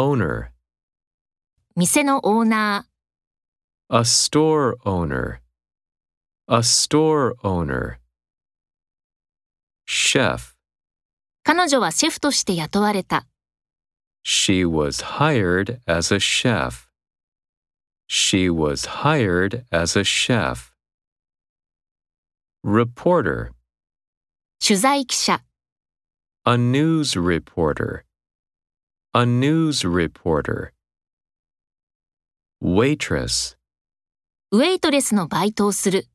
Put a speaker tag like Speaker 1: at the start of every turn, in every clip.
Speaker 1: Owner,
Speaker 2: 店のオーナ
Speaker 1: a store owner, a store owner. Chef,
Speaker 2: ー。彼女はシェフとして雇われた。
Speaker 1: she was hired as a chef. She was hired as a chef. Reporter,
Speaker 2: 取材記者。
Speaker 1: a news reporter, a news reporter. Waitress,
Speaker 2: ウェイトレスのバイトをする。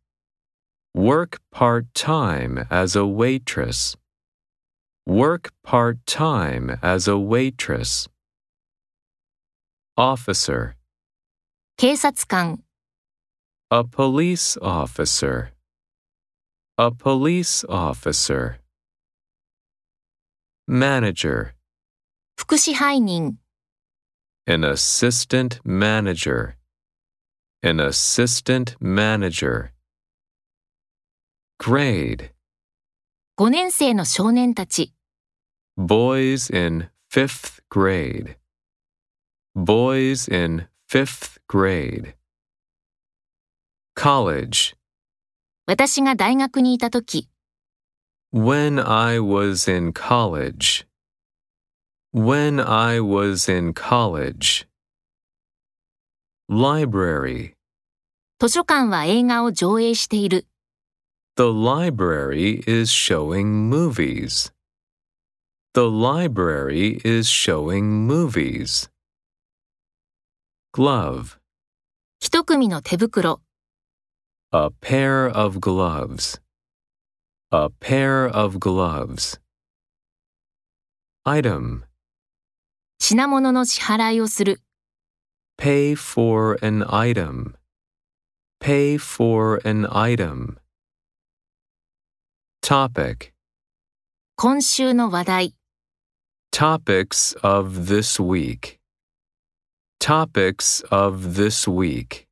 Speaker 1: Work part time as a waitress. Work part time as a waitress. Officer,
Speaker 2: 警察官。
Speaker 1: a police officer. A police officer. Manager,
Speaker 2: 副支配人。
Speaker 1: an assistant manager. An assistant manager. Grade.
Speaker 2: 5年生の少年たち。
Speaker 1: Boys in fifth grade. Boys in fifth grade. College.
Speaker 2: 私が大学にいた時、
Speaker 1: When I was in college. When I was in college. Library.
Speaker 2: 図書館は映画を上映している。
Speaker 1: The library is showing movies. The library is showing movies. Glove.
Speaker 2: 一組の手袋。
Speaker 1: A pair of gloves. A pair of gloves. Item.
Speaker 2: 品物の支払いをする。
Speaker 1: Pay for an item. Pay for an item. Topic.
Speaker 2: 今週の話題。
Speaker 1: Topics of this week. Topics of this week.